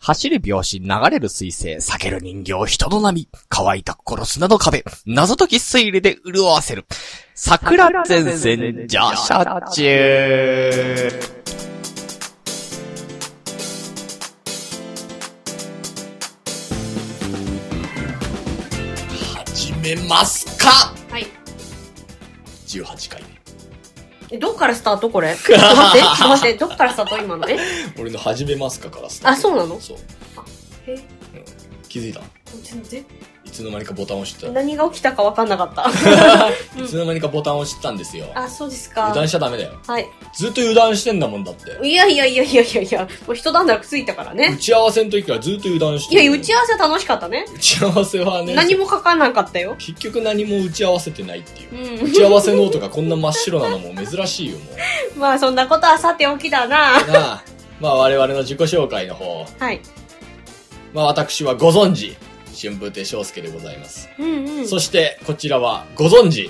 走る秒針、流れる水星、避ける人形、人の波、乾いた心砂の壁、謎解き推理で潤わせる、桜前線、ジャシャ中。始めますかはい。 !18 回。え、どっからスタートこれ ちょっと待って、ちょっと待って、どっからスタート今の。え俺の始めますかからスタートあ、そうなのそう。え、気づいた全然、いつの間にかボタン押してた。何が起きたか分かんなかった。いつの間にかボタン押してたんですよ。 あ、そうです油か断。しちゃダメだよ。はい。ずっと油断してんだもんだって。いやいやいやいやいやいや、もう一段落ついたから打ね。ち合わせの時からずっと油断しいてやるいや、打ち合わせ楽しかったね。打ち合わせはね何も書かなかったよ。結局何も打ち合わせてないっていうう、打ん。 ち合わせノートがこんな真っ白なのも珍しいよもうまあ、そんなことはさておきだな。なあまあ我々の自己紹介の方はい。まあ私はご存知春風亭昇介でございます、うんうん。そしてこちらはご存知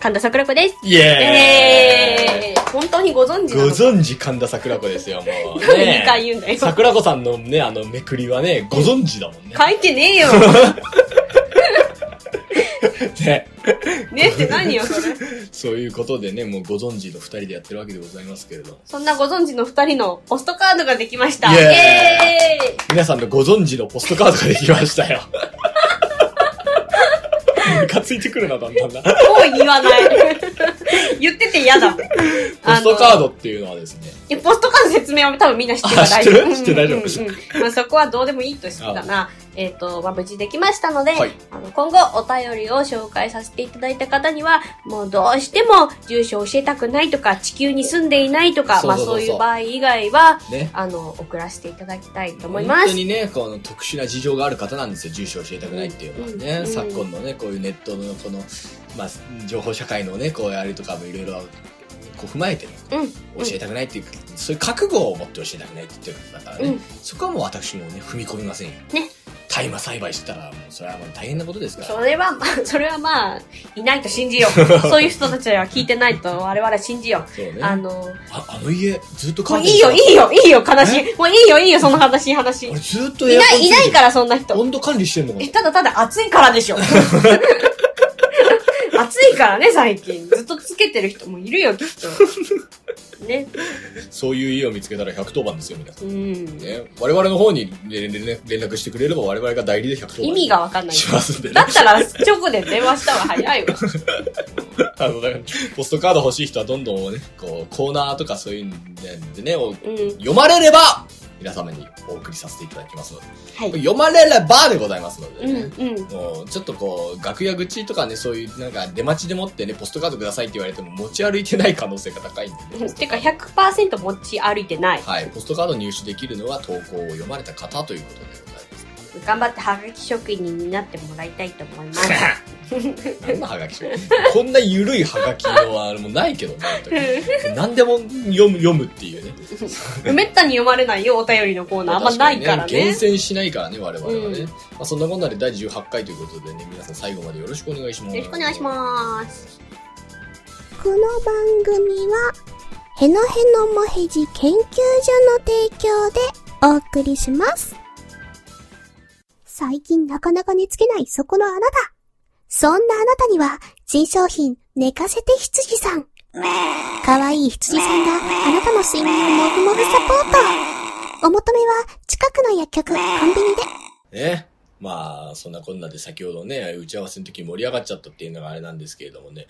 神田桜子です。イエーイ、えー、本当にご存知なご の存知神田桜子ですよもうなんで2回言うんだよ。桜子さんのねあのめくりはねご存知だもんね書いて ねえよ。ねねえって何よ、それ。そういうことでねもうご存知の2人でやってるわけでございますけれどそんなご存知の二人のポストカードができました。イイエエ皆さんのご存知のポストカードができましたよ。ムカついてくるな、だんだんな。ポーイもう言わない。 言ってて 嫌だ。ストカードドっていうのはですね、ポストカード説明は多分みんな知ってるあ知ってる知って大丈夫うんうんうんまあ、そこはどうでもいいとしてたな。えっ、と、まあ、無事できましたので、はいあの今後お便りを紹介させていただいた方には、もうどうしても住所を教えたくないとか、地球に住んでいないとか、そうそうそうそうまあそういう場合以外は、ね。あの、送らせていただきたいと思い本ま当す。にね、この特殊な事情がある方なんですよ、住所を教えたくないっていうのはね、うん昨今のね、こういうネットのこの、まあ、情報社会のね、こうやりとかもいろいろ、こう踏まえてね、うん。教えたくないっていう、そういう覚悟を持って教えたくないって言ってる方だからね、うんそこはもう私もね、踏み込みませんよ。ね。大麻栽培してたら、もうそれはもう大変なことですから。それは、まあ、それはまあ、いないと信じよう。そういう人たちは聞いてないと我々は信じよそうねう。。あの、ああの家ずっともカうーテンいいよ、いいいよ、いいよ、悲しい。もういいよ、いいよ、その話、話。い俺ずっとエアなコンつい、いないから、そんなて人。温度管理してんのかなえ、ただただ暑いからでしょ。暑いからね、最近。ずっとつけてる人もいるよ、きっと。ね。そういう家を見つけたら110番ですよ皆さんうん。ね、我々の方に連連連連絡してくれれば我々が代理で110番意味がわかんない。しますんでねだったら、直で電話した方が早いわ。 あのだからポストカード欲しい人はどんどんねこうコーナーとかそういうんでねおうん。読まれれば皆様にお送りさせていただきますのではい。読まれればでございますのでうんね、、うん。もうちょっとこう楽屋口とかねそういうなんか出待ちでもってねポストカードくださいって言われても持ち歩いてない可能性が高いん でねてか、100%持ち歩いてない。はい、ポストカード入手できるのは投稿を読まれた方ということでござい ます。頑張ってハガキ職人になってもらいたいと思います。 何のハガキしようこんな緩いハガキのあれもないけど ね。何でも読む、読むっていうね。めったに読まれないよ、お便りのコーナー。あんまないから確に厳ね。選しないからね、我々はね。うんまあ、そんなこんなで第18回ということでね、皆さん最後までよろしくお願いします。よろしくお願いします。この番組は、へのへのもへじ研究所の提供でお送りします。最近なかなか寝つけないそこのあなた。そんなあなたには、新商品、寝かせて羊さん。かわいい羊さんがあなたの睡眠をもぐもぐサポート。お求めは、近くの薬局、コンビニで。ね。まあ、そんなこんなで先ほどね、打ち合わせの時に盛り上がっちゃったっていうのがあれなんですけれどもね、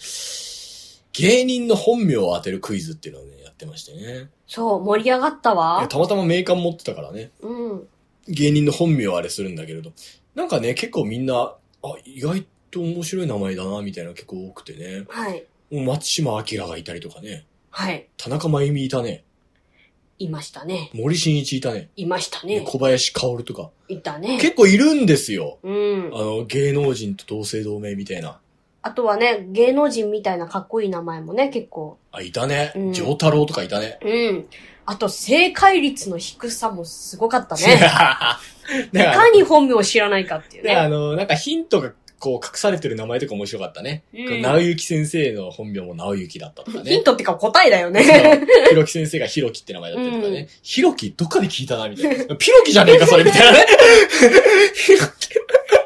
芸人の本名を当てるクイズっていうのをね、やってましてね。そう、盛り上がったいわや。たまたま名鑑持ってたからね。うん。芸人の本名をあれするんだけれど、なんかね、結構みんな、あ、意外と面白い名前だな、みたいなの結構多くてね。はい。もう松島明がいたりとかね。はい。田中真由美いたね。いましたね。森進一いたね。いましたね。小林薫とか。いたね。結構いるんですよ。うんあ。の、芸能人と同姓同名みたいな。あとはね、芸能人みたいなかっこいい名前もね、結構。あ、いたねう。ん上太郎とかいたね。うん。あと、正解率の低さ もすごかっただね。かいらかに本名を知らないかっていうで、あね。の、なんかヒントがこう隠されてる名前とか面白かったね。うんこう直行先生の本名も直行だったとかヒンね。トってか答えだよそうね。ひろき先生がひろきって名前だったりとかうね。ひろきどっかで聞いたな、みたいな。ピロキじゃねえか、それ、みたいなね。 ひろきい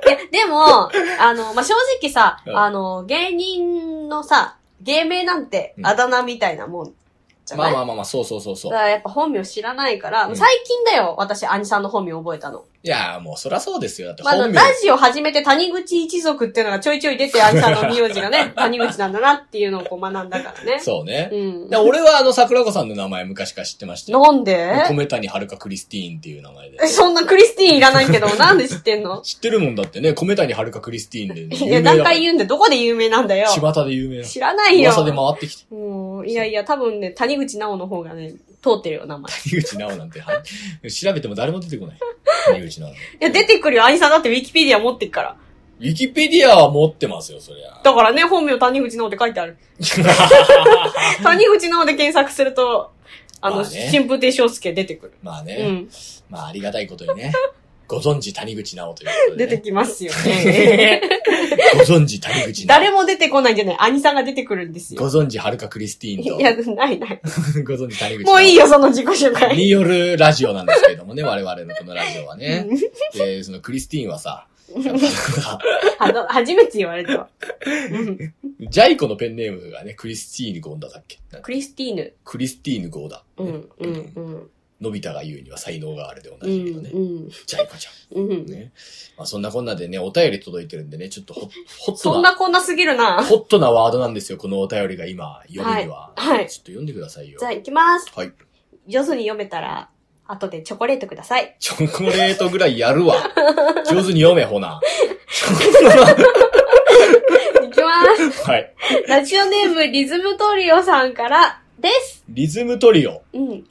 や、でも、あの、まあ、正直さ、うんあの、芸人のさ、芸名なんてうんあだ名みたいなもんじゃまなあい、まあまあまあ、そうそうそうそだうか。らやっぱ本名知らないから、うん最近だよ、私、兄さんの本名覚えたの。いやーもうそりゃそうですよ。だってまあ、あの、本名ラ。ジオ始めて谷口一族っていうのがちょいちょい出て、兄さんの名字 がね、谷口なんだなっていうのをこう学んだからね。そうね。うん。で俺はあの、桜子さんの名前昔から知ってましたよ。なんで米谷遥クリスティーンっていう名前でえ。 そんなクリスティーンいらないけど、なんで知ってんの知ってるもんだってね、米谷遥クリスティーンで、ね。いや、 有名何だから回言うんでどこで有名なんだよ。巷で有名な。知らないよ。噂で回ってきて。もう、いやいや、多分ね、谷口直の方がね、通ってるよ、名前。い谷口直なんて、はい調べても誰も出てこない。谷口直。や、出てくるよ、兄さんだってウィキペディア持ってっから。ウィキペディアは持ってますよ、そりゃ。 だからね、本名谷口直って書いてある。谷口直で検索すると、あの、まあね新風亭昇介出てくる。まあね、うん。まあありがたいことにね。ご存知谷口直ということで、出てね。きますよね。ご存知谷口直。 誰も出てこないんじゃない兄さんが出てくるんですごよ。存知遥クリスティーンいと。や、ないない。 ご存知谷口直。もういいよ、その自己紹介。によるラジオなんですけれ どもね、我々のこのラジオはねうん。で、そのクリスティーンはさ、あの、初めて言わ れたわ。うんジャイコのペンネームがね、クリスティーヌ・ゴンダだっけクリスティーヌ。クリスティーヌ・ゴーダ。うん、うん、うん。のび太が言うには才能があるで同うじみのんね、。うんジャイコちゃうんん。。ね。まあそんなこんなでね、お便り届いてるんでね、ちょっとホホッそトんな、なこんなすぎるな。ホットなワードなんですよ、このお便りが今、読むには。はいはいちょっと読んでくださいよ。じゃあ行きます。はい。上手に読めたら、後でチョコレートください。チョコレートぐらいやる わ。上手に読め、ほな。行きます。はい。 ラジオネームリズムトリオさんからです。リズムトリオ。うん。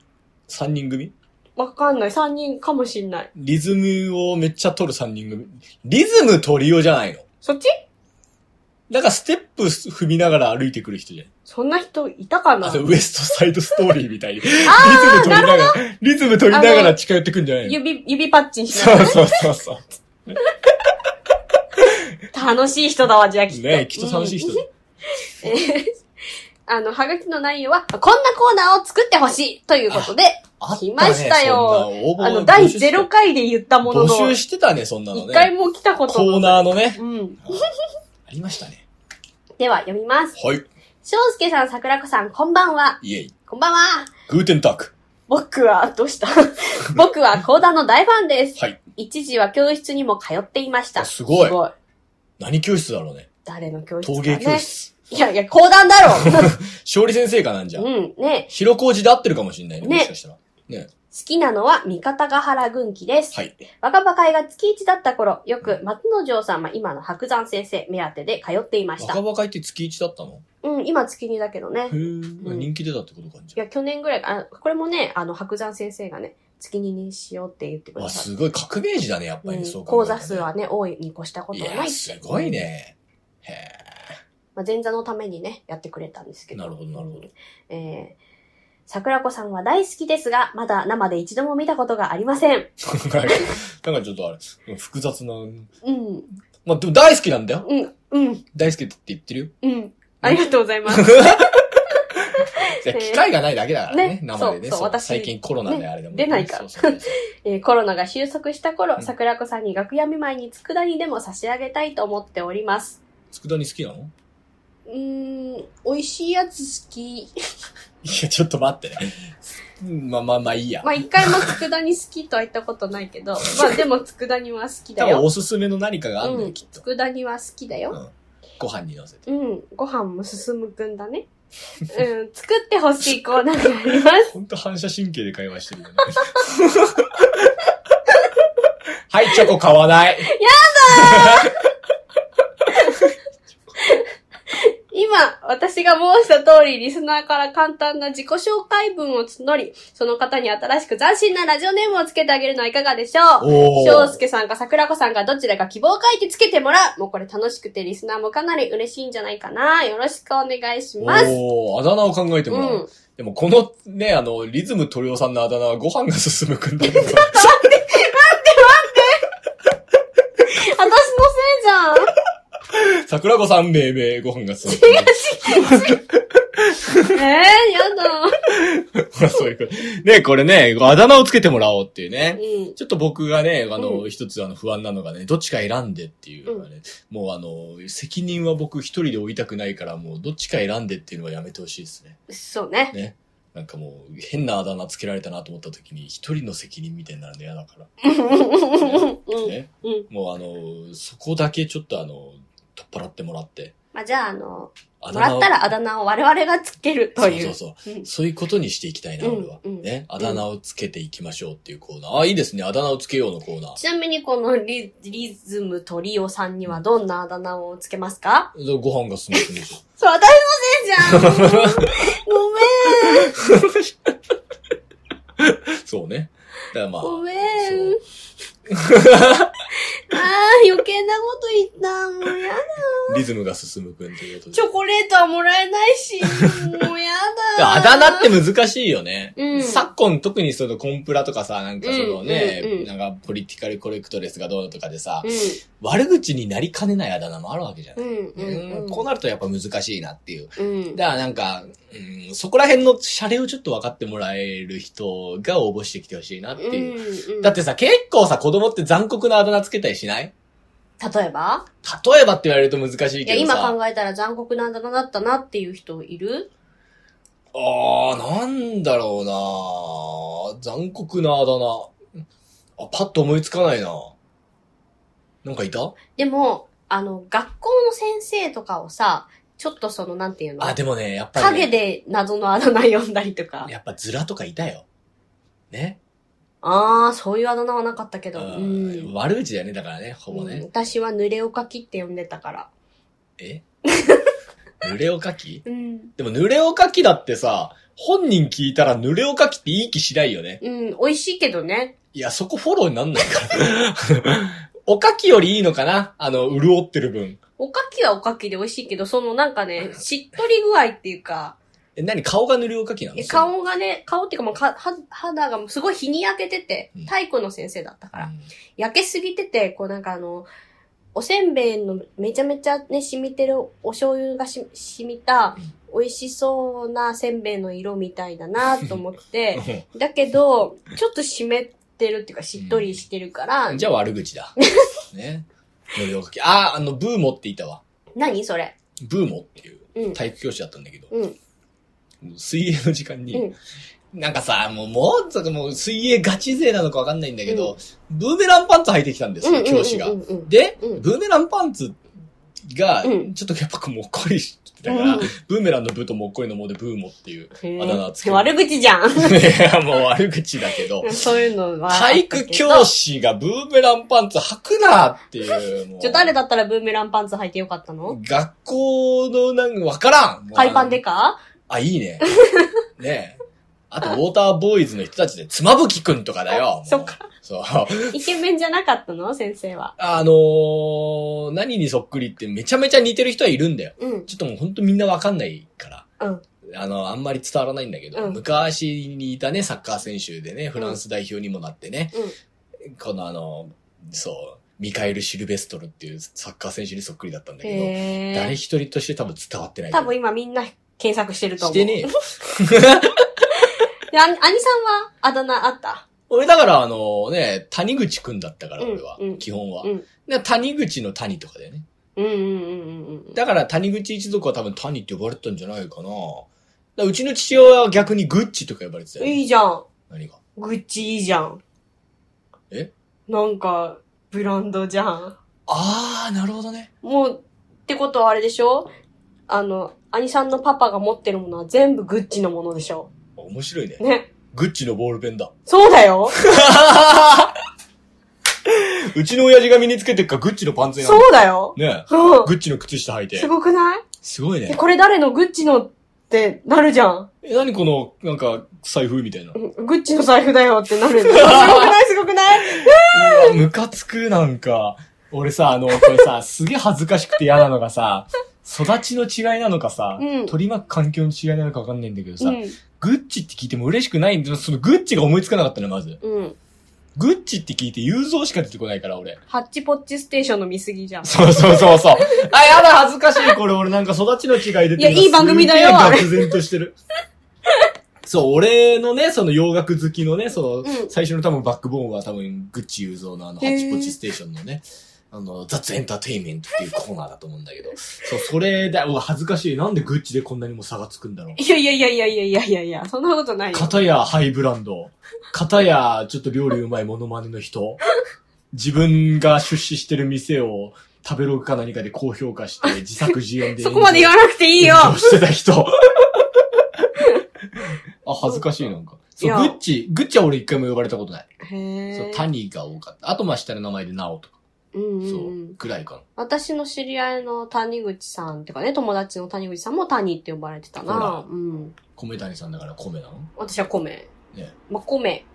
3人組わかんない。3人かもしんない。リズムをめっちゃ取る3人組。リズムトリオじゃないのそっちなんかステップ踏みながら歩いてくる人じゃん。そんな人いたかなあの、ウエストサイドストーリーみたいに。リズムあー取りながら、リズム取りながあのら近寄ってくんじゃないの指、指パッチンしなそうそがうそうそう。ら。楽しい人だわ、じゃあきっと。ねえきっと楽しい人うん。あの、はがきの内容は、こんなコーナーを作ってほしいということで、あった来ましたよね、そんな応募あの、第0募回で言ったものの、集1してたね、そんなのね。回も来たことコーナーのね。うん。ありましたね。では、読みます。はい。翔介さん、桜子さん、こんばんは。イェイ。こんばんは。グーテンタック。僕は、ど うした僕は講談の大ファンです。はい。一時は教室にも通っていました。あすごいすごい。何教室だろうね。誰の教室陶か、ね、芸教室。いやいや、講談だろ勝利先生かなんじゃん。うん、ね。広小路で合ってるかもしれないね、ねもしかしたら。ね。好きなのは三方ヶ原軍記です。はい。若葉会が月一だった頃、よく松之丞さん、まあ、今の白山先生目当てで通っていました若。葉会って月1だったのうん、今月二だけどね。へいえ。人気出たってことかんじや、去年ぐらいか、あこれもね、あの、白山先生がね、月二にしようって言ってくゃん。だあ、さすごい革命児だね、やっぱうりね、んそう、考え講たら座ね数はね、多いに越したこいとはなや、いってすごい。ね。 へまあ、前座のためにね、やってくれたんですけえ。ど。なるほど、なるほど。えー、桜子さんは大好きですが、まだ生で一度も見たことがありません。なんかなんかちょっとあれ、複雑な。うん、まあ、でも大好きなんだよ。うん、うん、大好きって言ってるよ。うん。ありがとうございます。いや機会がないだけだからねね、生でね。そうそう私最近コロナであれでもね。ね出ないからそうそうそう えーコロナが収束した頃、うん桜子さんに楽屋見舞いに佃煮でも差し上げたいと思っております。佃煮好きなのうーん、美味しいやつ好き。いや、ちょっと待 って。うんまあまあまあいいやま。あ一回も佃煮好きとは言ったことない けど、まあでも佃煮は好き多だ分よ。おすすめの何かがあるんだうよ、ん、きっと。佃煮は好きだよ。うんご飯に乗せて。うん、ご飯も進むくんだね。うん、作ってほしいコーナーがあります。ほんと反射神経で会話してるよね。はい、チョコ買わない。今、私が申した通り、リスナーから簡単な自己紹介文を募り、その方に新しく斬新なラジオネームをつけてあげるのはいかがでしょうお翔ー。介さんか桜子さんかどちらか希望を書いてつけてもらう。もうこれ楽しくてリスナーもかなり嬉しいんじゃないかな。よろしくお願いします。おー、あだ名を考えてうもらう。ん。でもこのね、あの、リズム鳥オさんのあだ名はご飯が進むくんだけど。私のせいじゃん。桜子さん命名ご飯が進む。え ー、やだ。ほら、そういうこと。ね、これね、あだ名をつけてもらおうっていうね。うん。ちょっと僕がね、あうの、一つあの不安なのがね、どっちか選んでっていうのがね、もうあの、責任は僕一人で負いたくないから、もうどっちか選んでっていうのはやめてほしいですね。そ うね。ね。なんかもう、変なあだ名つけられたなと思った時に、一人の責任みたいになるの嫌だから。うん。ね。うん。もうあの、そこだけちょっとあの、取っ払ってもらって。まあ、じゃあ、あの、あもらったらあだ名を我々がつけるという。そうそうそうう。んそういうことにしていきたいな、うん俺は。うんね。あだ名をつけていきましょうっていうコーナー。あ、いいですね。あだ名をつけようのコーナー。ちなみに、このリリズムトリオさんにはどんなあだ名をつけますかご飯が進むんですよ。そう、私の せいじゃん ごめんそうね。だからまあ。ごめんそう。あー、余計なこと言った。もうやだ。リズムが進むくんということでチ。ョコレートはもらえないし、もうやだ。あだ名って難しいよね。うん昨今特にそのコンプラとかさ、なんかそのね、うんうんうんなんかポリティカルコレクトレスがどうだとかでさ、う悪口になりかねないあだ名もあるわけじゃない。ん。うん。うん。うんこうなるとやっぱ難しいなっていう。うん。だからなんか、うん、そこら辺のシャレをちょっと分かってもらえる人が応募してきてほしいなっていう。うんうんだってさ、結構さ、子供って残酷なあだ名つけたりしない例えば例えばって言われると難しいいけや、どさ。今考えたら残酷なんだなったなっていう人いるああ、なんだろうな残酷なあだ名。あ、パッと思いつかないななんかいたでも、あの、学校の先生とかをさ、ちょっとその、なんていうのあ、でもね、やっぱり、影ね。で謎のあだ名読んだりとか。やっぱズラとかいたよ。ね。ああ、そういうあだ名はなかったけうど。うんん。。悪口だよね、だからね、ほぼうんね。私は濡れおかきって呼んでたから。え 濡れおかきうん。でも濡れおかきだってさ、本人聞いたら濡れおかきっていい気しないよね。うん、美味しいけどね。いや、そこフォローになんないから。 おかきよりいいのかなあの、潤ってる分。おかきはおかきで美味しいけど、そのなんかね、しっとり具合っていうか、え、何顔が濡れおかきなの顔がね、顔っていうかもうか、は肌がもうすごい日に焼けててうん、体育の先生だったからう。ん焼けすぎてて、こうなんかあの、おせんべいのめちゃめちゃね、染みてるお醤油がし染みた、美味しそうなせんべいの色みたいだなと思って、だけど、ちょっと湿ってるっていうか、しっとりしてるから、じゃあ悪口 だ。ね。のりおかき。ああ、あの、ブーモっていたわ。何それブーモっていううん。体育教師だったんだけど、うん。水泳の時間に、うんなんかさ、もう、もう、つうかもう水泳ガチ勢なのかわかんないんだけど、ブーメランパンツ履いてきたんですよ、教師がうん。うんで、うんブーメランパンツが、うんちょっとやっぱこうもっこりしてたうかんら、ブーメランのブーともっこりのもでブーモっていううんあだ名つけへーる悪口じゃん。 いや、もう悪口だけど、そういうのは。体育教師。師がブーメランパンツ履くなっていう。もうじゃあ誰だったらブーメランパンツ履いてよかったの学校のなんかわからん。もう海パンでかあ、いいね。 ねえ。あと、ウォーターボーイズの人たちで、妻夫木くんとかだよ。あそっか。 そう。イケメンじゃなかったの先生は。あのー、何にそっくりってめちゃめちゃ似てる人はいるんだよ。うん。ちょっともうほんとみんなわかんないから。うん。あの、あんまり伝わらないんだけど、うん昔にいたね、サッカー選手でね、フランス代表にもなってね、このあの、そう、ミカエル・シルベストルっていうサッカー選手にそっくりだったんだけど、へー誰一人として多分伝わってない。多分今みんな検索してると思してう。ねえよ。であ、兄さんはあだ名あった俺だからあのね、谷口くんだったからうん俺は、うん基本は、うんで谷口の谷とかだよね。うんうんうんうんうん。だから谷口一族は多分谷って呼ばれてたんじゃないかな。だからうちの父親は逆にグッチとか呼ばれてたよ、ね。いいじゃん。何がグッチいいじゃん。えなんか、ブランドじゃん。あー、なるほどね。もう、ってことはあれでしょあの、兄さんのパパが持ってるものは全部グッチのものでしょ面白いね。ね。グッチのボールペンだ。そう だよ。うちの親父が身につけてるからグッチのパンツになそうだよ。ねうん。グッチの靴下履いてす。ごくないすごいえね。これ誰のグッチのってなるじ ゃん。え、何この、なんか、財布みたいな。ううんグッチの財布だよってな る。すごくないすごくないわ、ムカつく、なんか。俺さ、あの、これさ、 すげえ恥ずかしくて嫌なのがさ、育ちの違いなのかさ、うん取り巻く環境の違いなのかわかんないんだけどさ、うん。グッチって聞いても嬉しくないんだそのグッチが思いつかなかったね、まず。うん。グッチって聞いて、雄三しか出てこないから、俺。ハッチポッチステーションの見過ぎじゃん。そうそうそう そう。あ、やだ、恥ずかしい。これ俺なんか育ちの違い出てる。いやいい番組だよすげえ愕然としてる。 そう、俺のね、その洋楽好きのね、その、うん最初の多分バックボーンは多分、グッチ雄三のあの、ハへーッチポッチステーションのね、あの、ザッツエンターテインメントっていうコーナーだと思うんだけど、そう、それだ、うわ、恥ずかしい。なんでグッチでこんなにも差がつくんだろう。いやいやいやいやいやいやいやいや、そんなことない よ。片やハイブランド。片やちょっと料理うまいモノマネの人。自分が出資してる店を食べログか何かで高評価して自作自演で。 そこまで言わなくて いいよ炎上してた 人。あ、恥ずかしいなんか。そう、いやグッチ。グッチは俺一回も呼ばれたことない。へそう、ぇ谷が多かった。あとまあ下の名前でナオとか。うんうんうそう、ん。ぐらいか私の知り合いの谷口さんってかね、友達の谷口さんも谷って呼ばれてたほらな。うん。な。米谷さんだから米なの私は米。ねまあ、米。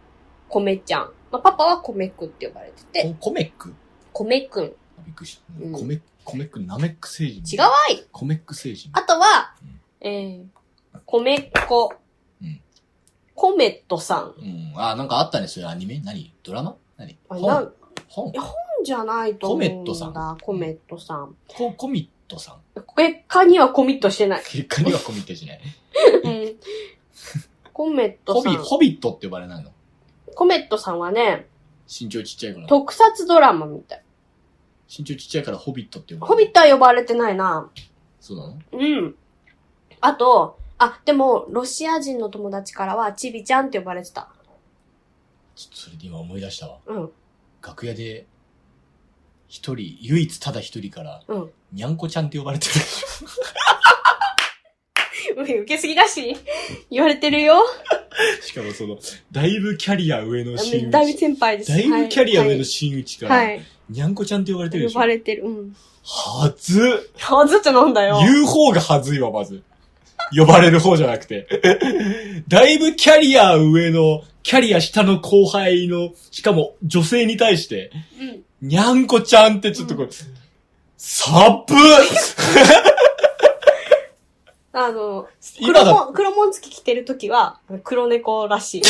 米ちゃん。まあ、パパは米くんって呼ばれてて、こ米ック米くん。違あびっくりした。うん米、米ック、ナメック星人。うわい米ック星人。あとはうん、えー、米っ子うん。コメットさん。うん。あ、なんかあったね、そういうアニメ何ドラマ何あな本本んやじゃないと思うんだ。コメットさんコメットさん。ココミットさん。結果にはコミットしてない。結果にはコミットしない。うんコメットホさビ、ん。ホビットって呼ばれないのコメットさんはね、身長ちっちゃいから。特撮ドラマみたい。身長ちっちゃいからホビットって呼ばれホビットは呼ばれてないな。そうなのうん。あと、あ、でも、ロシア人の友達からは、チビちゃんって呼ばれてた。ちょっとそれで今思い出したわ。うん。楽屋で、一人、唯一ただ一人から、うんにゃんこちゃんって呼ばれてる。 受けすぎだし、言われてるよ。しかもその、だいぶキャリア上の親友。だいぶ先輩です。だいぶキャリア上の人親友から、はい。にゃんこちゃんって呼ばれてるで呼しょば。れてる。うん。はずっあ、ずっとなんだよ。言う方がはずいわ、まず。呼ばれる方じゃなくて。だいぶキャリア上の、キャリア下の後輩の、しかも女性に対して、うん。にゃんこちゃんってちょっとこれ、サップあの、今黒だ、もん、黒もんつき着てるときは、黒猫らしい。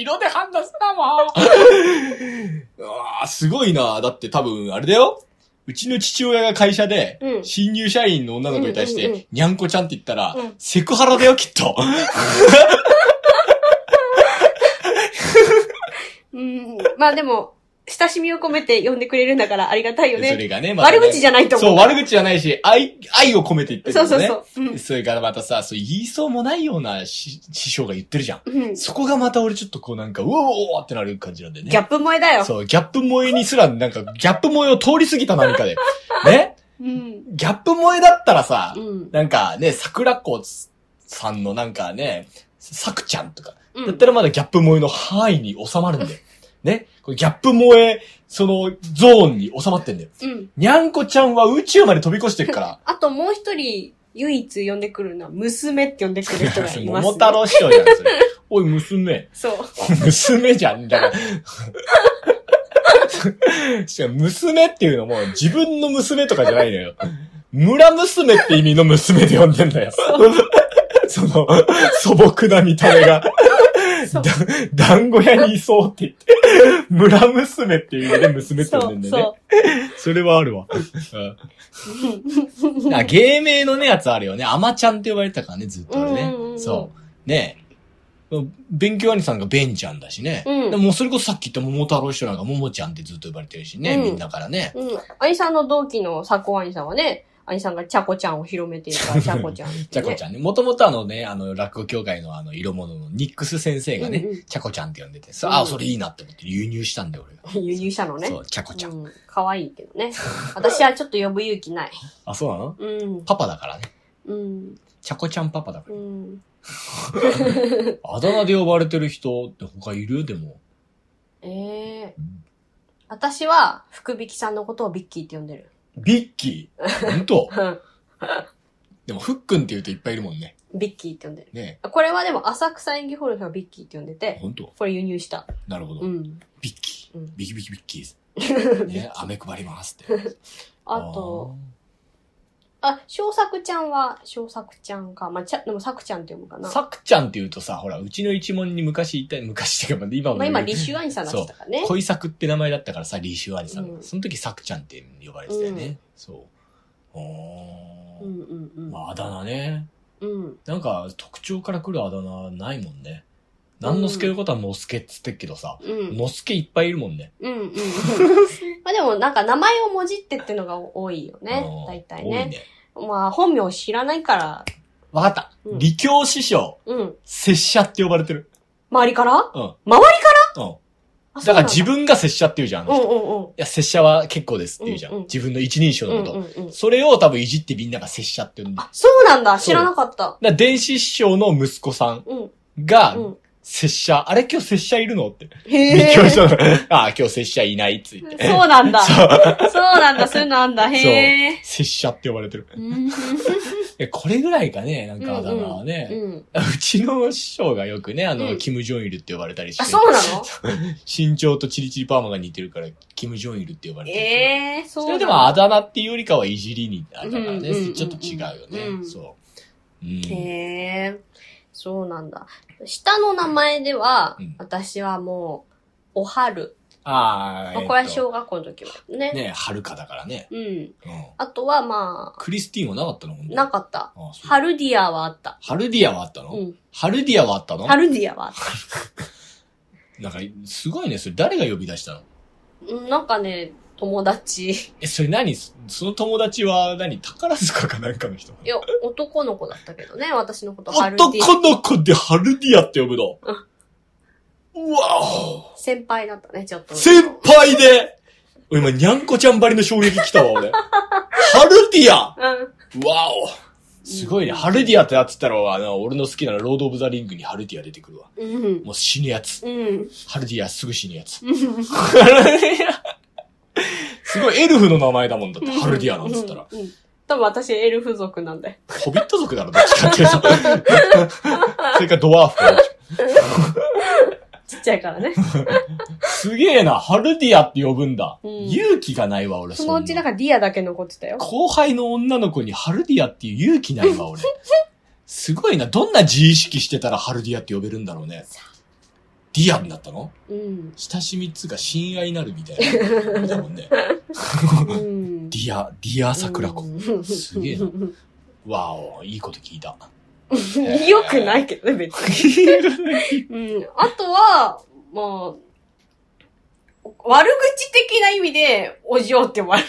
色で判断すなもんうわーすごいなだって多分、あれだようちの父親が会社で、うん新入社員の女の子に対しうんうんうてん、にゃんこちゃんって言ったら、うんセクハラだよ、きっと。うん。まあでも、親しみを込めて呼んでくれるんだからありがたいよで そね。れがね、またね悪口じゃないと思そう。う、悪口じゃないし、愛、愛を込めて言ってるかそらうね。そうそう。う んそれからまたさ、そう言いそうもないようなし師匠が言ってるじゃん。うん。ギそこがまた俺ちょっとこうなんか、うおーってなる感じなんだよね。ャップ萌えだよ。そう、ギャップ萌えにすら、なんか、ギャップ萌えを通り過ぎた何 かで。ねうん。ギャップ萌えだったらさう、ん。なんかね、桜子さんのなんかね、さくちゃんとか、うだっんたらまだギャップ萌えの範囲に収まるんだよ。ねこれギャップ萌え、その、ゾーンに収まってんだよ。うん。にゃんこちゃんは宇宙まで飛び越してるから。あともう一人、唯一呼んでくるのは、娘って呼んでくる人が います、 桃太郎師匠じゃん、それ。おい、娘。そう。 娘じゃん、だから。 しかも娘っていうのも、自分の娘とかじゃないのよ。村娘って意味の娘で呼んでんだよ。 その、素朴な見た目が。そう。だ団子屋にいそうって言って、村娘っていう意味で娘って呼そんう。でんだよね。そそれはあるわ。うんあ芸名のね、やつあるよね。アマちゃんって呼ばれてたからね、ずっと俺うんうんうね。んそう。ねえ。勉強兄さんがベンちゃんだしね。うんでもそれこそさっき言った桃太郎師匠なんか桃ちゃんってずっと呼ばれてるしね、うんみんなからね。う。うん。兄さんの同期の佐久兄さんはね、兄さんがチャコちゃんを広めているから、チャコちゃん。 ちゃこちゃんね。もともとあのね、あの、落語協会のあの、色物のニックス先生がね、うんうんちゃこちゃんって呼んでて、さあ、うんそれいいなって思って輸入したんだよ、俺が。ゃん。輸入したのね。そう、ちゃこちゃん。うん。可愛いけどね。私はちょっと呼ぶ勇気ない。あ、そうなのうん。パパだからね。うん。ちゃこちゃんパパだかうら。ん。あだ名で呼ばれてる人って他いるでも。ええ私は、福引さんのことをビッキーって呼んでる。ビッキー。ほんとうんでも、ふっくんって言うといっぱいいるもんね。ビッキーって呼んでる。ねこれはでも、浅草演技ホールがビッキーって呼んでえ。て、ほんとこれ輸入した。なるほど。うん。ビッキうんー。ビキビキ ビッキー。ね、飴配りますって。あと、ー、あ、小作ちゃんは、小作ちゃんか。まあ、ちゃ、でも作ちゃんって読むかな。さくちゃんって言うとさ、ほら、うちの一門に昔いた、昔っていうか、まあ今もま言あう、今、リシュアニさんだったからね。恋作って名前だったからさ、リーシュアニさんが、うんその時、さくちゃんって呼ばれてたよね。うんそう。おーうんうんうん。まあ、あだ名ね。うん。なんか、特徴から来るあだ名ないもんね。なんのすけのことはのすけっつってっけどさ、うん。のすけいっぱいいるもんね。うんうんうん。まあでもなんか名前をもじってってのが多いよねうん。大体多いね。ね。まあ本名知らないから、わかった。うん理教師匠、うん。拙者って呼ばれてる。周りからうん。周りうん。あだから自分分が拙者って言うじゃん、あのう人んいうや、拙者は結構ですって言うじゃん。うんうん自分の一人称んうん。うのんこと。うんうん。それを多分いじってみんなが拙者って呼んでる。あ、そうなんだ。そう知らなかった。だから電子師匠の息子さんうん。がう、ん。拙者、あれ今日拙者いるのって。へ教師ー。匠のああ、今日拙者いないっつ言って。そうなんだ。そうなんだ。そういうのあんだ。へ え。拙者って呼ばれてる。うんえ、これぐらいがね、なんかあだ名はね。ううん。ちの師匠がよくね、あの、うんキム・ジョンイルって呼ばれたりして。あ、そ うなの身長とチリチリパーマが似てるから、キム・ジョンイルって呼ばれてるけど。ええ、そうそなんだ。れでもあだ名っていうよりかはいじりにあだからね、うんうんうんちょっと違うよね。うんそう。うん。へえ、そうなんだ。下の名前では、うん私はもう、おはる。ああ、まあ、これえはっと小学校の時はね。ね、はるかだからね。うん。うん。あとは、まクリスティーンはなかったのあ、なかかった。あそうハルディアはあった。ハルディアはあったうのん。ハルディアはあったのハルディアはあっなんか、すごいね。それ誰が呼び出したのた。うん、なんかね、友達。いえ、それ何そその友達は何宝塚かなんかの人や、男の子だったけどね、私のこと、ハルディア。男の子でハルディアって呼ぶの。うわお先輩だったね、ちょっと。先輩でお今、にゃんこちゃんばりの衝撃来たわ、俺。ハルディアうん。わおすごいね。ハルディアってなってたら、あの、俺の好きなロード・オブ・ザ・リングにハルディア出てくるわ。うん。もう死ぬやつ。うん。ハルディアすぐ死ぬや つ。うんすごい、エルフの名前だもんだって、ハルディアなんつったら。うん。うん多分私、エルフ族なんだよ。ホビット族だろ、どっちかっていうと。それかドワーフかどっちか。ちっちゃいからね。すげえな、ハルディアって呼ぶんだ。うん勇気がないわ、俺、そんのなうち、だからディアだけ残ってたよ。後輩の女の子にハルディアっていう勇気ない わ、俺。すごいな。どんな自意識してたらハルディアって呼べるんだろうね。ディアになったのうん。親しみっつうか親愛なるみたいな。だもん ね。うんディア、ディア桜子。うんすげえなわお、いいこと聞いた。 よくないけどね、別に。うん。あとは、まあ、悪口的な意味で、お嬢って言われ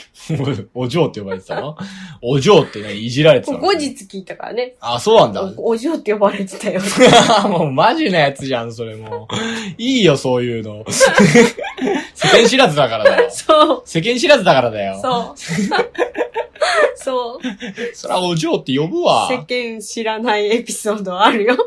る。お嬢って呼ばれてたのお嬢って何いじられてたの後日聞いたからね。あ、そうなんだ。おお嬢って呼ばれてたよ。 もうマジなやつじゃん、それもう。いいよ、そういう の。世間知らずだからだよ。そう。世間知らずだからだよ。そう。 そう。そりゃお嬢って呼ぶ わ。世間知らないエピソードあるよ。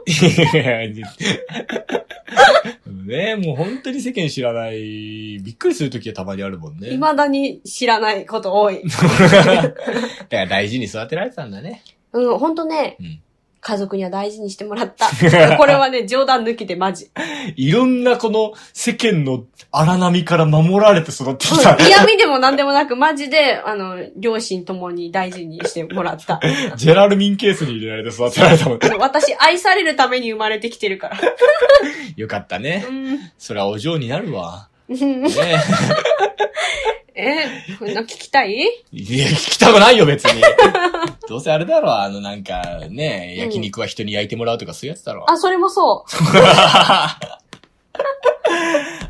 ねもう本当に世間知らない。びっくりするときはたまにあるもんね。未だに知らないこと多 い。 だから大事に育てられてたんだね。うん、ほんとね、うん家族には大事にしてもら った。これはね、冗談抜きでマジ。いろんなこの世間の荒波から守られて育ってきた。嫌味でも何でもなく、マジで、あの、両親ともに大事にしてもらった。ジェラルミンケースに入れられて育てられたもんね。私、愛されるために生まれてきてるから。よかったねう。んそりゃお嬢になるわ。うんねえ、こんな聞きたいいや、聞きたくないよ、別に。どうせあれだろ、あの、なんか、ね、うん焼肉は人に焼いてもらうとかそういうやつだろ。あ、それもそう。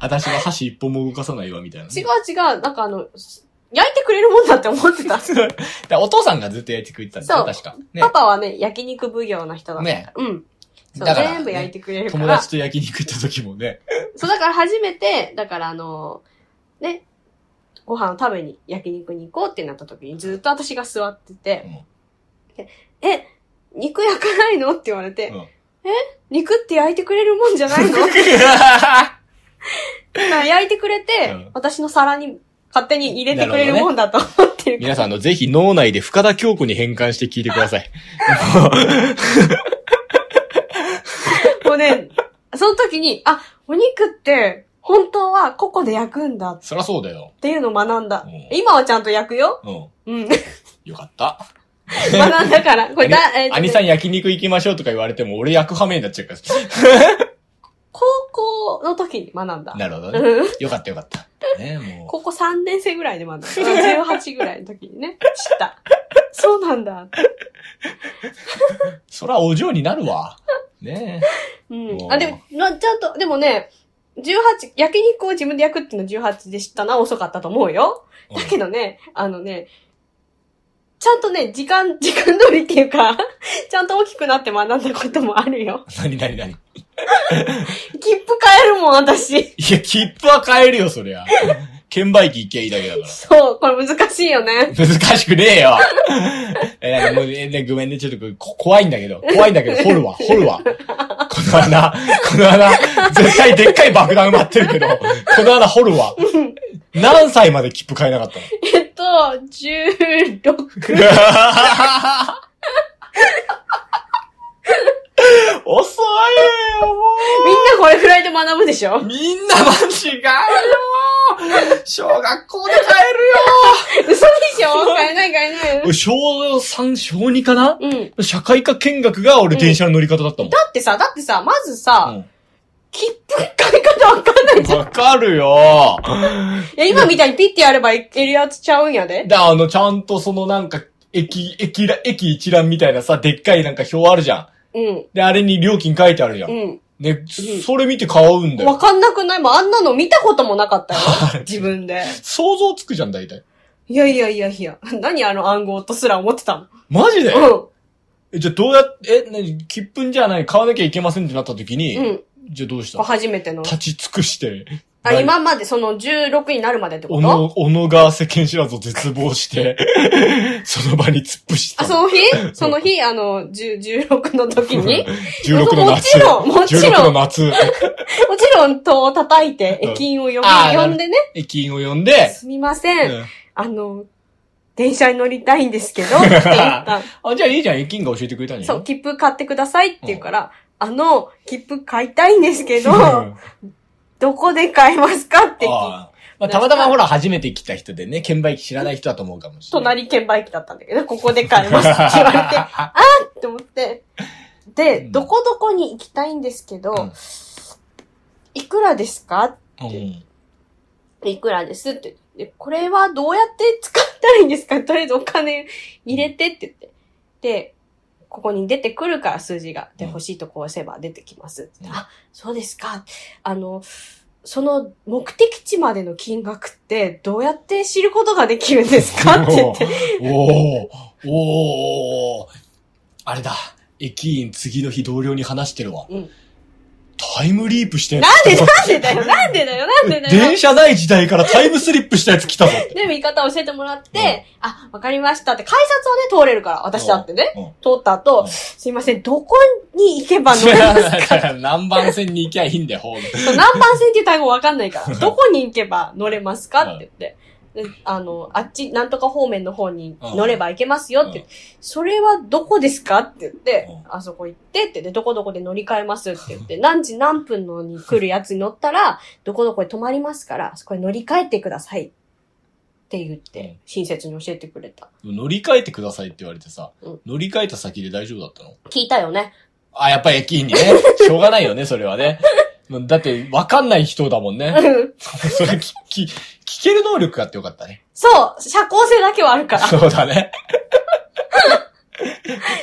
私は箸一本も動かさないわ、みたいな。違う違う。なんかあの、焼いてくれるもんだって思ってた。だお父さんがずっと焼いてくれてたんだよ、そう確か。ねパ。パはね、焼肉奉行の人だった。ねうん。そう、だから全部焼いてくれるか友ら。達と焼肉行った時もね。そう、だから初めて、だからあの、ね、ご飯を食べに焼肉に行こうってなった時にずっと私が座ってて、でえ、肉焼かないのって言われて、うん 肉って焼いてくれるもんじゃないの焼いてくれて、うん私の皿に勝手に入れてくれるもんだと思ってるから皆さん、あの、ぜひ脳内で深田京子に変換して聞いてくださ い。もう ね、その時に、あ、お肉って、本当はここで焼くんだっそりゃそうだよ。ていうのを学んだ。うん今はちゃんと焼くよ。 うん。うん。よかった。学んだから。これだ、えーと兄さん焼肉行きましょうとか言われても、俺焼く羽目になっちゃうから。 高校の時に学んだ。なるほどね。うんよかったよかった。ねも高校3年生ぐらいで学んだ。18ぐらいの時にね、知った。そうなんだ。う、そらお嬢になるわ。ねうん。あ、でも、なちゃんと、でもね、18、焼肉を自分で焼くっていうのは18で知ったな、遅かったと思うよ。え。だけどね、あのね、ちゃんとね、時間、時間通りっていうか、 ちゃんと大きくなって学んだこともあるよ。何何何い切符買えるもん、私。や、切符は買えるよ、そり ゃ。券売機行きゃいいだけだから。そう、これ難しいよね。難しくねえよ。 えなんかもうえねごめんね、ちょっとこ怖いんだけど、怖いんだけど、掘るわ、掘るわ。この穴、この穴、絶対でっかい爆弾埋まってるけど、この穴掘るわ。何歳まで切符買えなかったのえっと、16。遅いよ、もみんなこれくらいで学ぶでしょう。みんなは違うよ。小学校で買える嘘でしょ買えない買えない。よ。小3、小2かなうん。だ社会科見学が俺電車の乗り方だったもん。ってさ、だってさ、まずさ、うん切符買い方わかんないじゃん。わかるよ。いや、今みたいにピッてやればいけるやつちゃうんやで。で、あの、ちゃんとそのなんか、駅、駅ら、駅一覧みたいなさ、でっかいなんか表あるじゃん。うん。で、あれに料金書いてあるじゃん。うん。ね、それ見て買うんだわよ。かんなくないもうあんなの見たこともなかったよ。自分で。想像つくじゃん、大体。いやいやいやいや。何あの暗号とすら思ってたの。マジでうん。え、じゃあどうやって、え、なに、切符じゃない、買わなきゃいけませんってなった時に、うん。じゃあどうしこうた初めての。立ち尽くして、あ、今までその16になるまでってこおとの、おのが世間知らずを絶望して、 その場に突っ伏したあ、の。その日その日、あの、10 16の時に16の夏。もちろんもちろん16の夏。もちろん、戸を叩いて、うん駅員を呼び、あー呼んでね、駅員を呼んで、すみません、うんあの、電車に乗りたいんですけど、って言った。あ、じゃあいいじゃん、駅員が教えてくれたんや。そう、切符買ってくださいって言うから、あの、切符買いたいんですけど、うんどこで買えますかって聞いて、ああまあ、たまたまほら、初めて来た人でね、券売機知らない人だと思うかもしれない。隣券売機だったんだけど、ここで買えますって言われ て、あーって思って、で、うんどこどこに行きたいんですけど、うんいくらですかうんいくらですって。で、これはどうやって使ったらいいんですかとりあえずお金入れてって言って。で、ここに出てくるから数字が。で、うん欲しいとこ押せば出てきます。うんあ、そうですか。あの、その目的地までの金額ってどうやって知ることができるんですかっ て言って。おーおーおーあれだ。駅員次の日同僚に話してるわ。うんタイムリープしてなんでなんでだよなんでだよなんでだ よ電車ない時代からタイムスリップしたやつ来たぞって。で、見方を教えてもらって、あ、わかりましたって、改札をね、通れるから、私だってね。うん通った後、すいません、どこに行けば乗れます か何番線に行きゃいいんだよ、ホーム。何番線っていう単語わかんな いから、どこに行けば乗れますかって言って、であの、あっち、なんとか方面の方に乗れば行けますよって言って、それはどこですかって言ってう、あそこ行ってって、で、どこどこで乗り換えますって言って、何時何分のに来るやつに乗ったら、どこどこで止まりますから、そこに乗り換えてくださいって言っうんて、親切に教えてくれた。乗り換えてくださいって言われてさうん、乗り換えた先で大丈夫だったの聞いたよね。あ、やっぱり駅員にね。しょうがないよね、それはね。だって、わかんない人だもんね。 それ聞、き聞ける能力があってよかったね。そう社交性だけはあるから。そうだね。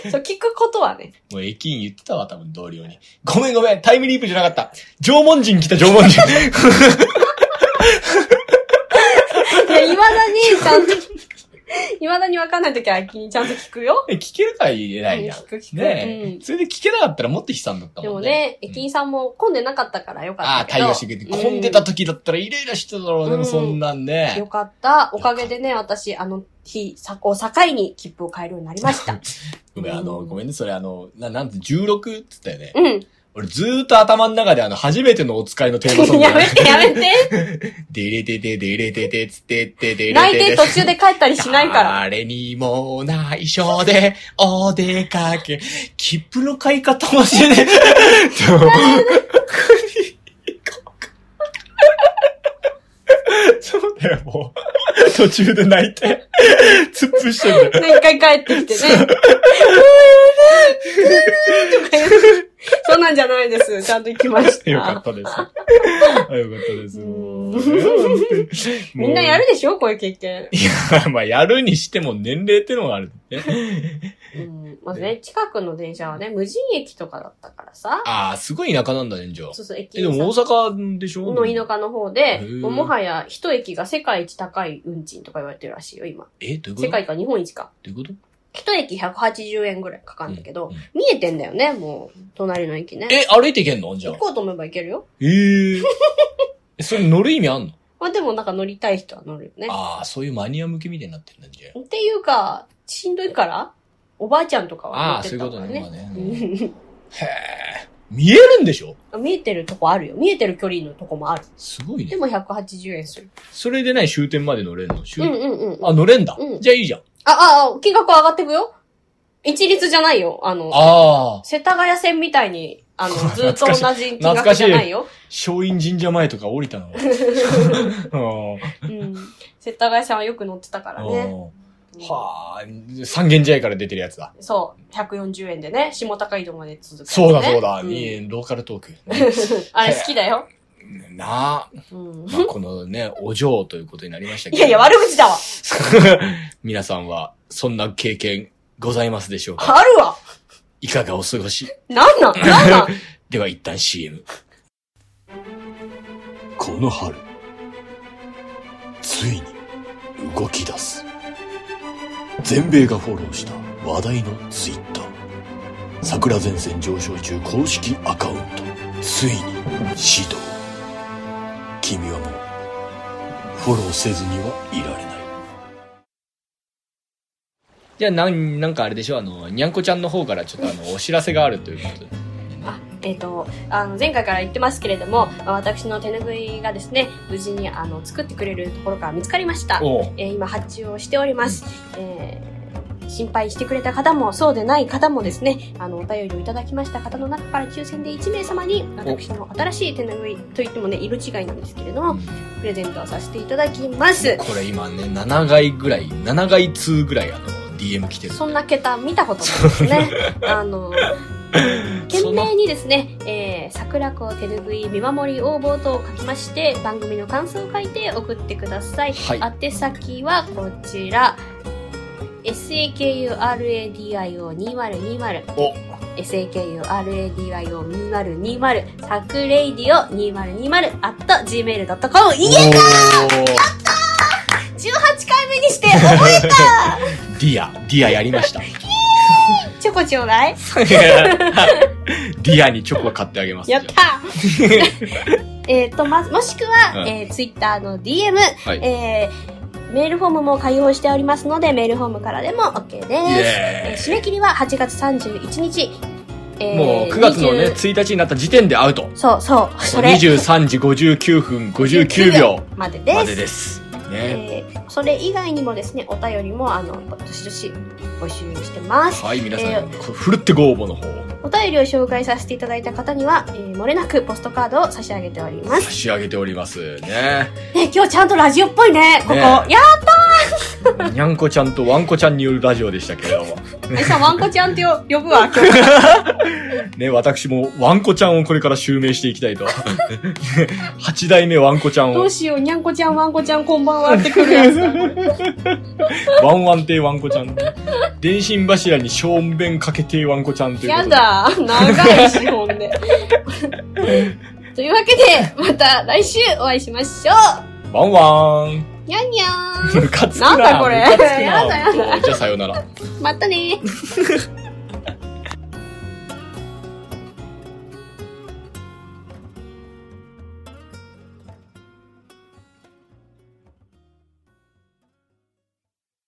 そう、聞くことはね。もう駅員言ってたわ、多分同僚に。ごめんごめん、タイムリープじゃなかった。縄文人来た、 縄文人。いや、いまだに、ちゃんと、いまだにわかんないときは、ちゃんと聞くよ。え聞けるから言えないやん。聞く聞くねえ、うんそれで聞けなかったらもっと悲惨だったでももんね。ね、駅員さんも混んでなかったからよあかあ、ったけ対ど。応してくれて、混んでたと時だったらイライラしてただろうね、でうもんそんなんよね。かった。おかげでね、私、あの日、さを境に切符を買えるようになりました。ごめん、あの、うんごめんね、それあの、な、なんて、16って言ったよね。うん。俺ずーっと頭の中であの、初めてのお使いのテーマソング。 やめてやめて。デレデデデレデデつってってデレデ泣いて途中で帰ったりしないから。誰にも内緒でお出かけ。切符の買い方もしてね。そうだよ、もう。途中で泣いて、突っ伏してんだよ。で、一回帰ってきてね。うーんうーんうーんとか言って。そうなんじゃないです。ちゃんと行きました。よかったです。あよかったです。もううみんなやるでしょこういう経験。いや、まあ、やるにしても年齢ってのがあるね。うん。まあね、近くの電車はね、無人駅とかだったからさ。ああ、すごい田舎なんだね、じゃあ。そうそう、駅え、でも大阪でしょの田舎の方へ、でーもうもはや一駅が世界一高い運賃とか言われてるらしいよ、今。え、どういうこと世界か日本一か。どういうこと一駅180円ぐらいかかるんだけど、うんうん見えてんだよね、もう、隣の駅ね。え、歩いていけんのじゃあ行。こうと思えば行けるよ。えーえ。それ乗る意味あんのまあでもなんか乗りたい人は乗るよね。ああ、そういうマニア向けみたいになってるんだ、じゃっていうか、しんどいから、おばあちゃんとかあ。はあ乗あ、っそうていうこたとからね、今ね。ね。うんへえ。見えるんでしょうん見えてるとこあるよ。見えてる距離のとこもある。すごいでね。も180円する。それでない終点まで乗れんの終うん点。うんうん。あ、あ、乗れんだう。んじゃあいいじゃん。あ、あ、金額上がってくよ。一律じゃないよ。あの、ああ、世田谷線みたいに、あの、ずっと同じ金 懐か額しいじゃないよ。松陰神社前とか降りた の。うんうん。世田谷線はよく乗ってたからね。うんはあ、三軒茶屋から出てるやつだ。そう。140円でね、下高井戸まで続く、ね。そうだそうだ、んいいローカルトーク。 あれ好きだよ。なあ、 うん。まあ、このね、お嬢ということになりましたけいど。やいや、悪口だわ。 皆さんは、そんな経験、ございますでしょうかあるわ。いかがお過ごしなんなんな んなんでは一旦 CM。この春、ついに動き出す。全米がフォローした話題のツイッター。桜前線上昇中公式アカウント。ついに始動。君はもう、フォローせずにはいられない。じゃあ、なん、なんかあれでしょあの、にゃんこちゃんの方からちょっとあの、お知らせがあるということで。あえっとあの前回から言ってますけれどもまあ私の手拭いがですね無事にあの作ってくれるところから見つかりました、おうえー今発注をしております、えー心配してくれた方もそうでない方もですねあのお便りをいただきました方の中から抽選で1名様に私の新しい手拭いといってもね色違いなんですけれどもプレゼントをさせていただきますこれ今ね7回ぐらい7回2ぐらいあの DM 来てるそんな桁見たことないですねあの懸命にですね、えー、桜子手ぬぐい見守り応募とを書きまして、番組の感想を書いて送ってください。はい宛先はこちら。sakuradio2020 お sakuradio2020 sakradio2020 at gmail.com いおえ !18 回目にして 覚えーディアディアやりましたチョコちょうだいディアにチョコ買ってあげますやったじゃ えっと、ま、もしくは、うんえー、ツイッターの DM、あはいえーメールフォームも開放しておりますので、メールフォームからでも OK イです。えーエ締め切りは8月31日。ーえイーもう9月のね20 1日になった時点でアウトそうそう、それ23時59分59秒までです。までですねえーそれ以外にもですね、お便りも、あの、どしどし募集してます。はい皆さえんふるってご応募の方をお便りを紹介させていただいた方には、えー漏れなくポストカードを差し上げております差。し上げておりますねえー今日ちゃんとラジオっぽいね、ここ。ねやにゃんこちゃんとわんこちゃんによるラジオでしたけれども えさ、ワンコちゃんってよ呼ぶわ、今日。ね、私もワンコちゃんをこれから襲名していき たいと。八代目ワンコちゃんどをう、しよう、にゃんこちゃん、ワンコちゃん、こんばんはってくるやつだ。ワンワン亭ワンコちゃん。電信柱に正面かけてワンコちゃんということやで。だ、長いし、ほんで。 というわけで、また来週お会いしましょワンワン。うにゃんにゃーんムカつくな。なんだこれムカつくなやだやだもうじゃあさようなら。またねー